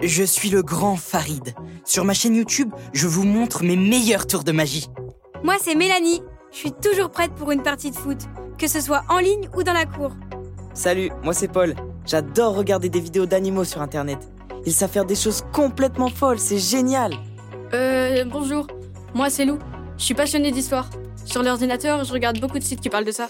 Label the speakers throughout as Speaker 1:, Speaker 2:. Speaker 1: Je suis le grand Farid. Sur ma chaîne YouTube, je vous montre mes meilleurs tours de magie.
Speaker 2: Moi, c'est Mélanie. Je suis toujours prête pour une partie de foot, que ce soit en ligne ou dans la cour.
Speaker 3: Salut, moi c'est Paul. J'adore regarder des vidéos d'animaux sur internet. Ils savent faire des choses complètement folles, c'est génial.
Speaker 4: Euh, bonjour. Moi, c'est Lou. Je suis passionnée d'histoire. Sur l'ordinateur, je regarde beaucoup de sites qui parlent de ça.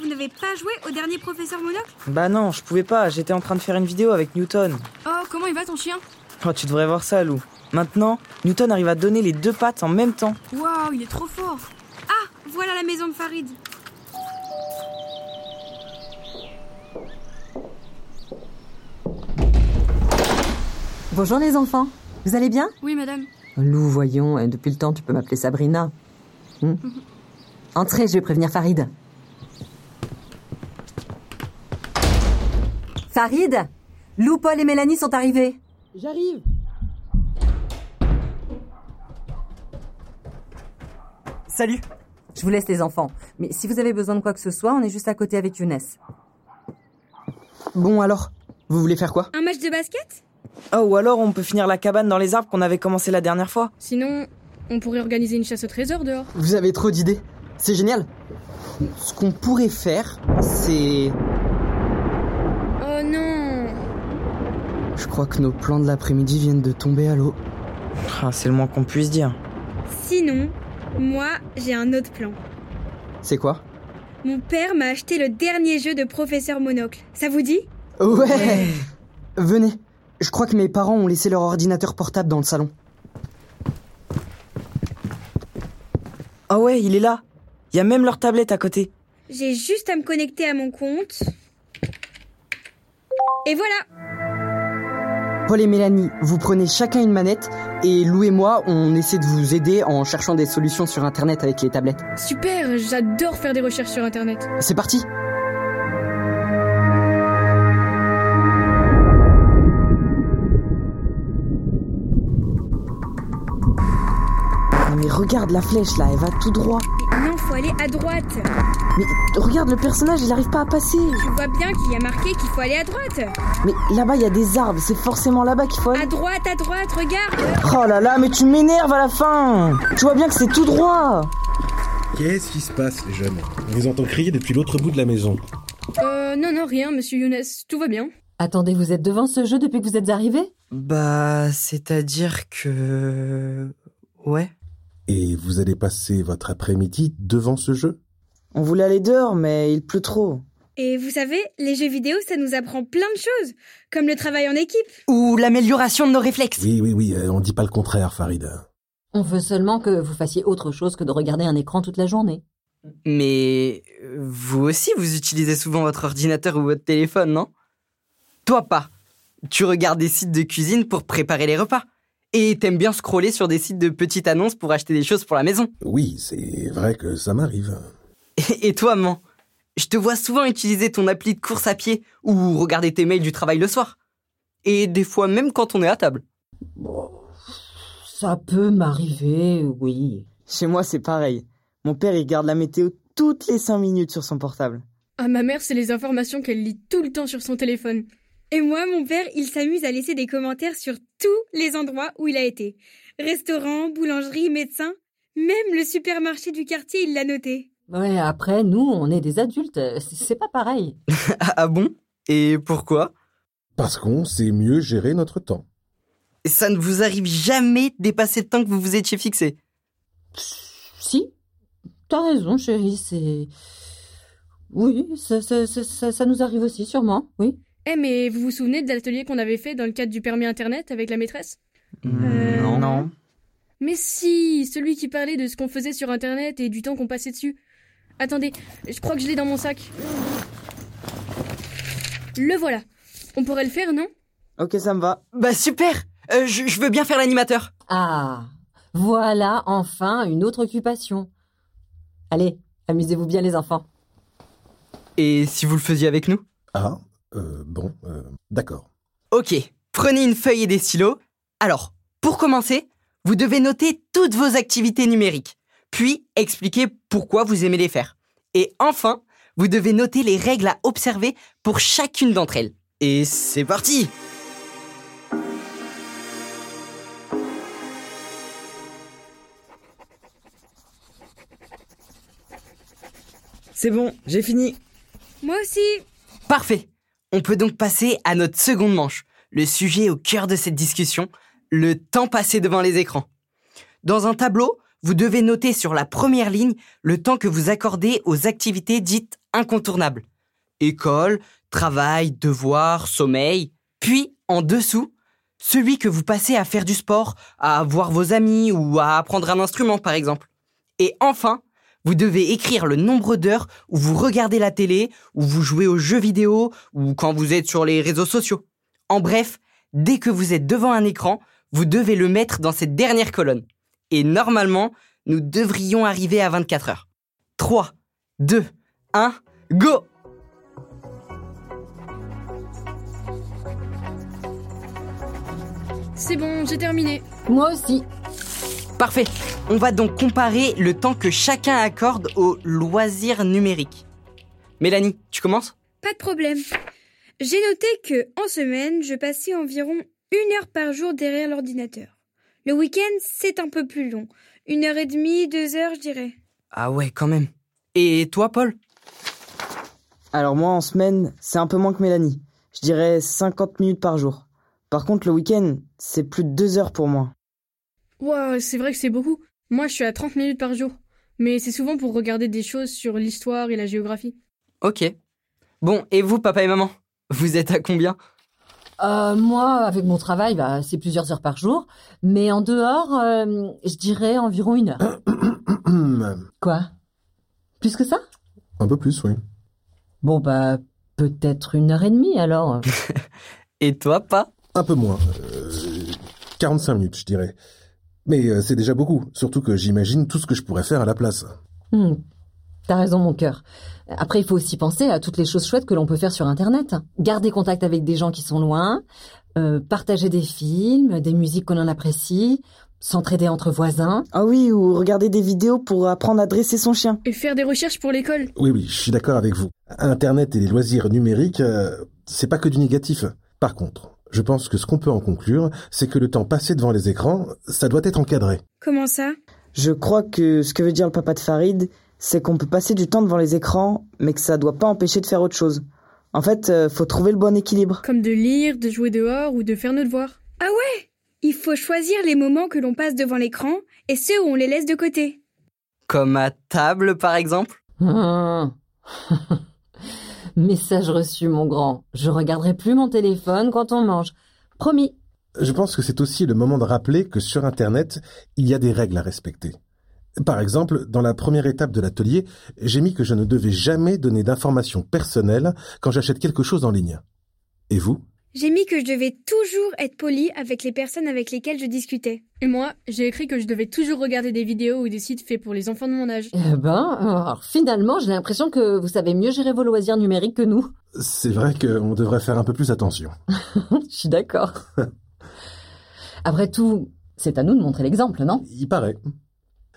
Speaker 2: Vous n'avez pas joué au dernier professeur Monocle
Speaker 3: Bah non, je pouvais pas, j'étais en train de faire une vidéo avec Newton.
Speaker 4: Oh, comment il va ton chien
Speaker 3: Oh, tu devrais voir ça, Lou. Maintenant, Newton arrive à donner les deux pattes en même temps.
Speaker 2: Waouh, il est trop fort Ah, voilà la maison de Farid.
Speaker 5: Bonjour les enfants, vous allez bien
Speaker 4: Oui, madame.
Speaker 5: Lou, voyons, et depuis le temps tu peux m'appeler Sabrina. Hmm Entrez, je vais prévenir Farid. Farid Lou, Paul et Mélanie sont arrivés.
Speaker 6: J'arrive
Speaker 1: Salut
Speaker 5: Je vous laisse les enfants, mais si vous avez besoin de quoi que ce soit, on est juste à côté avec Younes.
Speaker 6: Bon alors, vous voulez faire quoi
Speaker 2: Un match de basket
Speaker 3: Oh, ou alors on peut finir la cabane dans les arbres qu'on avait commencé la dernière fois.
Speaker 4: Sinon, on pourrait organiser une chasse au trésor dehors.
Speaker 6: Vous avez trop d'idées. C'est génial. Ce qu'on pourrait faire, c'est...
Speaker 4: Oh non
Speaker 6: Je crois que nos plans de l'après-midi viennent de tomber à l'eau.
Speaker 3: Ah, c'est le moins qu'on puisse dire.
Speaker 2: Sinon, moi, j'ai un autre plan.
Speaker 6: C'est quoi
Speaker 2: Mon père m'a acheté le dernier jeu de professeur Monocle. Ça vous dit
Speaker 6: Ouais, Venez. Je crois que mes parents ont laissé leur ordinateur portable dans le salon.
Speaker 3: Ah ouais, il est là. Il y a même leur tablette à côté.
Speaker 2: J'ai juste à me connecter à mon compte. Et voilà
Speaker 6: Paul et Mélanie, vous prenez chacun une manette et Lou et moi, on essaie de vous aider en cherchant des solutions sur Internet avec les tablettes.
Speaker 4: Super, j'adore faire des recherches sur Internet.
Speaker 6: C'est parti
Speaker 3: Non mais regarde la flèche là, elle va tout droit.
Speaker 2: Mais Non, faut aller à droite.
Speaker 3: Mais regarde le personnage, il arrive pas à passer.
Speaker 2: Tu vois bien qu'il y a marqué qu'il faut aller à droite.
Speaker 3: Mais là-bas, il y a des arbres, c'est forcément là-bas qu'il faut aller.
Speaker 2: À droite, à droite, regarde
Speaker 3: Oh là là, mais tu m'énerves à la fin Tu vois bien que c'est tout droit
Speaker 7: Qu'est-ce qui se passe, les jeunes On les entend crier depuis l'autre bout de la maison.
Speaker 4: Euh, non, non, rien, monsieur Younes, tout va bien.
Speaker 5: Attendez, vous êtes devant ce jeu depuis que vous êtes arrivés
Speaker 3: Bah, c'est-à-dire que... Ouais.
Speaker 7: Et vous allez passer votre après-midi devant ce jeu
Speaker 3: On voulait aller dehors, mais il pleut trop.
Speaker 2: Et vous savez, les jeux vidéo, ça nous apprend plein de choses, comme le travail en équipe.
Speaker 1: Ou l'amélioration de nos réflexes.
Speaker 7: Oui, oui, oui, euh, on dit pas le contraire, Farid.
Speaker 5: On veut seulement que vous fassiez autre chose que de regarder un écran toute la journée.
Speaker 1: Mais euh, vous aussi, vous utilisez souvent votre ordinateur ou votre téléphone, non Toi pas. Tu regardes des sites de cuisine pour préparer les repas. Et t'aimes bien scroller sur des sites de petites annonces pour acheter des choses pour la maison.
Speaker 7: Oui, c'est vrai que ça m'arrive.
Speaker 1: Et toi, Man Je te vois souvent utiliser ton appli de course à pied ou regarder tes mails du travail le soir. Et des fois même quand on est à table.
Speaker 5: Ça peut m'arriver, oui.
Speaker 3: Chez moi, c'est pareil. Mon père, il garde la météo toutes les 5 minutes sur son portable.
Speaker 4: Ah, ma mère, c'est les informations qu'elle lit tout le temps sur son téléphone.
Speaker 2: Et moi, mon père, il s'amuse à laisser des commentaires sur tous les endroits où il a été. Restaurant, boulangerie, médecin, même le supermarché du quartier, il l'a noté.
Speaker 5: Ouais, après, nous, on est des adultes, euh, c'est c'est pas pareil.
Speaker 1: Ah ah bon Et pourquoi
Speaker 7: Parce qu'on sait mieux gérer notre temps.
Speaker 1: Ça ne vous arrive jamais de dépasser le temps que vous vous étiez fixé.
Speaker 5: Si, t'as raison, chérie, c'est. Oui, ça, ça, ça, ça- ça nous arrive aussi, sûrement, oui.
Speaker 4: Eh, mais vous vous souvenez de l'atelier qu'on avait fait dans le cadre du permis Internet avec la maîtresse
Speaker 2: Euh,
Speaker 3: non.
Speaker 4: Mais si, celui qui parlait de ce qu'on faisait sur Internet et du temps qu'on passait dessus. Attendez, je crois que je l'ai dans mon sac. Le voilà. On pourrait le faire, non
Speaker 3: Ok, ça me va.
Speaker 1: Bah super Euh, je, je veux bien faire l'animateur.
Speaker 5: Ah, voilà enfin une autre occupation. Allez, amusez-vous bien, les enfants.
Speaker 1: Et si vous le faisiez avec nous
Speaker 7: Ah, euh, bon, euh, d'accord.
Speaker 1: Ok, prenez une feuille et des stylos. Alors, pour commencer, vous devez noter toutes vos activités numériques, puis expliquer pourquoi vous aimez les faire. Et enfin, vous devez noter les règles à observer pour chacune d'entre elles. Et c'est parti
Speaker 3: C'est bon, j'ai fini.
Speaker 2: Moi aussi
Speaker 1: Parfait On peut donc passer à notre seconde manche, le sujet au cœur de cette discussion, le temps passé devant les écrans. Dans un tableau, vous devez noter sur la première ligne le temps que vous accordez aux activités dites incontournables. École, travail, devoir, sommeil. Puis, en dessous, celui que vous passez à faire du sport, à voir vos amis ou à apprendre un instrument par exemple. Et enfin, vous devez écrire le nombre d'heures où vous regardez la télé, où vous jouez aux jeux vidéo, ou quand vous êtes sur les réseaux sociaux. En bref, dès que vous êtes devant un écran, vous devez le mettre dans cette dernière colonne. Et normalement, nous devrions arriver à 24 heures. 3, 2, 1, go
Speaker 4: C'est bon, j'ai terminé.
Speaker 5: Moi aussi.
Speaker 1: Parfait. On va donc comparer le temps que chacun accorde au loisir numérique. Mélanie, tu commences
Speaker 2: Pas de problème. J'ai noté que, en semaine, je passais environ une heure par jour derrière l'ordinateur. Le week-end, c'est un peu plus long. Une heure et demie, deux heures, je dirais.
Speaker 1: Ah ouais, quand même. Et toi, Paul
Speaker 3: Alors moi en semaine, c'est un peu moins que Mélanie. Je dirais 50 minutes par jour. Par contre le week-end, c'est plus de deux heures pour moi.
Speaker 4: Ouah, c'est vrai que c'est beaucoup. Moi, je suis à 30 minutes par jour. Mais c'est souvent pour regarder des choses sur l'histoire et la géographie.
Speaker 1: Ok. Bon, et vous, papa et maman Vous êtes à combien
Speaker 5: Euh, moi, avec mon travail, bah, c'est plusieurs heures par jour. Mais en dehors, euh, je dirais environ une heure. Quoi Plus que ça
Speaker 7: Un peu plus, oui.
Speaker 5: Bon, bah, peut-être une heure et demie alors.
Speaker 1: Et toi, pas
Speaker 7: Un peu moins. Euh, 45 minutes, je dirais. Mais euh, c'est déjà beaucoup, surtout que j'imagine tout ce que je pourrais faire à la place.
Speaker 5: Hmm, T'as raison, mon cœur. Après, il faut aussi penser à toutes les choses chouettes que l'on peut faire sur Internet. Garder contact avec des gens qui sont loin, euh, partager des films, des musiques qu'on en apprécie, s'entraider entre voisins.
Speaker 3: Ah oui, ou regarder des vidéos pour apprendre à dresser son chien.
Speaker 4: Et faire des recherches pour l'école.
Speaker 7: Oui, oui, je suis d'accord avec vous. Internet et les loisirs numériques, euh, c'est pas que du négatif. Par contre, je pense que ce qu'on peut en conclure, c'est que le temps passé devant les écrans, ça doit être encadré.
Speaker 2: Comment ça
Speaker 3: Je crois que ce que veut dire le papa de Farid, c'est qu'on peut passer du temps devant les écrans, mais que ça doit pas empêcher de faire autre chose. En fait, euh, faut trouver le bon équilibre.
Speaker 4: Comme de lire, de jouer dehors ou de faire nos devoirs.
Speaker 2: Ah Il faut choisir les moments que l'on passe devant l'écran et ceux où on les laisse de côté.
Speaker 1: Comme à table, par exemple
Speaker 5: Hmm. Message reçu, mon grand. Je regarderai plus mon téléphone quand on mange. Promis.
Speaker 7: Je pense que c'est aussi le moment de rappeler que sur Internet, il y a des règles à respecter. Par exemple, dans la première étape de l'atelier, j'ai mis que je ne devais jamais donner d'informations personnelles quand j'achète quelque chose en ligne. Et vous
Speaker 2: J'ai mis que je devais toujours être poli avec les personnes avec lesquelles je discutais.
Speaker 4: Et moi, j'ai écrit que je devais toujours regarder des vidéos ou des sites faits pour les enfants de mon âge.
Speaker 5: Eh ben, alors, finalement, j'ai l'impression que vous savez mieux gérer vos loisirs numériques que nous.
Speaker 7: C'est vrai qu'on devrait faire un peu plus attention.
Speaker 5: Je suis d'accord. Après tout, c'est à nous de montrer l'exemple, non
Speaker 7: Il paraît.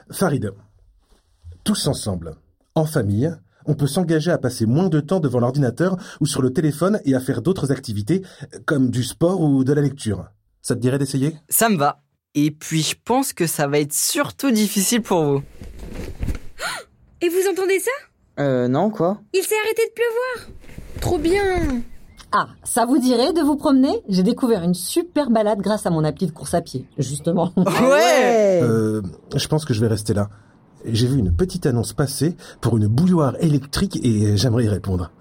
Speaker 7: Farid, tous ensemble, en famille, on peut s'engager à passer moins de temps devant l'ordinateur ou sur le téléphone et à faire d'autres activités comme du sport ou de la lecture. Ça te dirait d'essayer
Speaker 1: Ça me va. Et puis, je pense que ça va être surtout difficile pour vous.
Speaker 2: Et vous entendez ça
Speaker 3: Euh, non, quoi
Speaker 2: Il s'est arrêté de pleuvoir
Speaker 4: Trop bien
Speaker 5: Ah, ça vous dirait de vous promener J'ai découvert une super balade grâce à mon appli de course à pied, justement.
Speaker 7: Euh, je pense que je vais rester là. J'ai vu une petite annonce passer pour une bouilloire électrique et j'aimerais y répondre.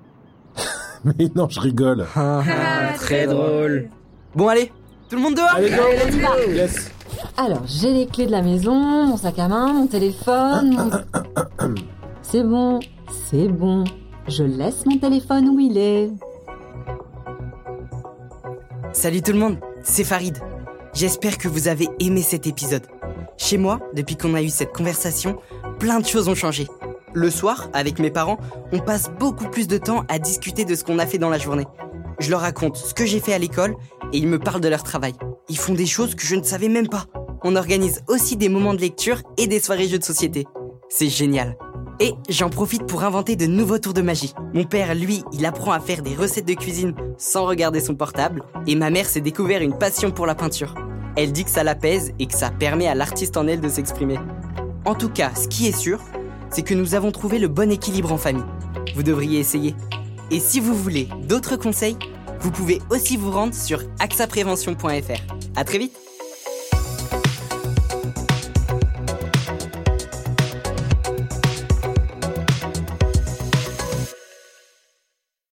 Speaker 7: Mais non, je rigole.
Speaker 2: Ah,
Speaker 1: très drôle. Bon, allez, tout le monde dehors
Speaker 5: Alors, j'ai les clés de la maison, mon sac à main, mon téléphone. mon- C'est bon, c'est bon. Je laisse mon téléphone où il est.
Speaker 1: Salut tout le monde, c'est Farid. J'espère que vous avez aimé cet épisode. Chez moi, depuis qu'on a eu cette conversation, plein de choses ont changé. Le soir, avec mes parents, on passe beaucoup plus de temps à discuter de ce qu'on a fait dans la journée. Je leur raconte ce que j'ai fait à l'école et ils me parlent de leur travail. Ils font des choses que je ne savais même pas. on organise aussi des moments de lecture et des soirées jeux de société. C'est génial. Et j'en profite pour inventer de nouveaux tours de magie. Mon père, lui, il apprend à faire des recettes de cuisine sans regarder son portable, et ma mère s'est découvert une passion pour la peinture. Elle dit que ça l'apaise et que ça permet à l'artiste en elle de s'exprimer. En tout cas, ce qui est sûr, c'est que nous avons trouvé le bon équilibre en famille. Vous devriez essayer. Et si vous voulez d'autres conseils, vous pouvez aussi vous rendre sur axaprévention.fr. À très vite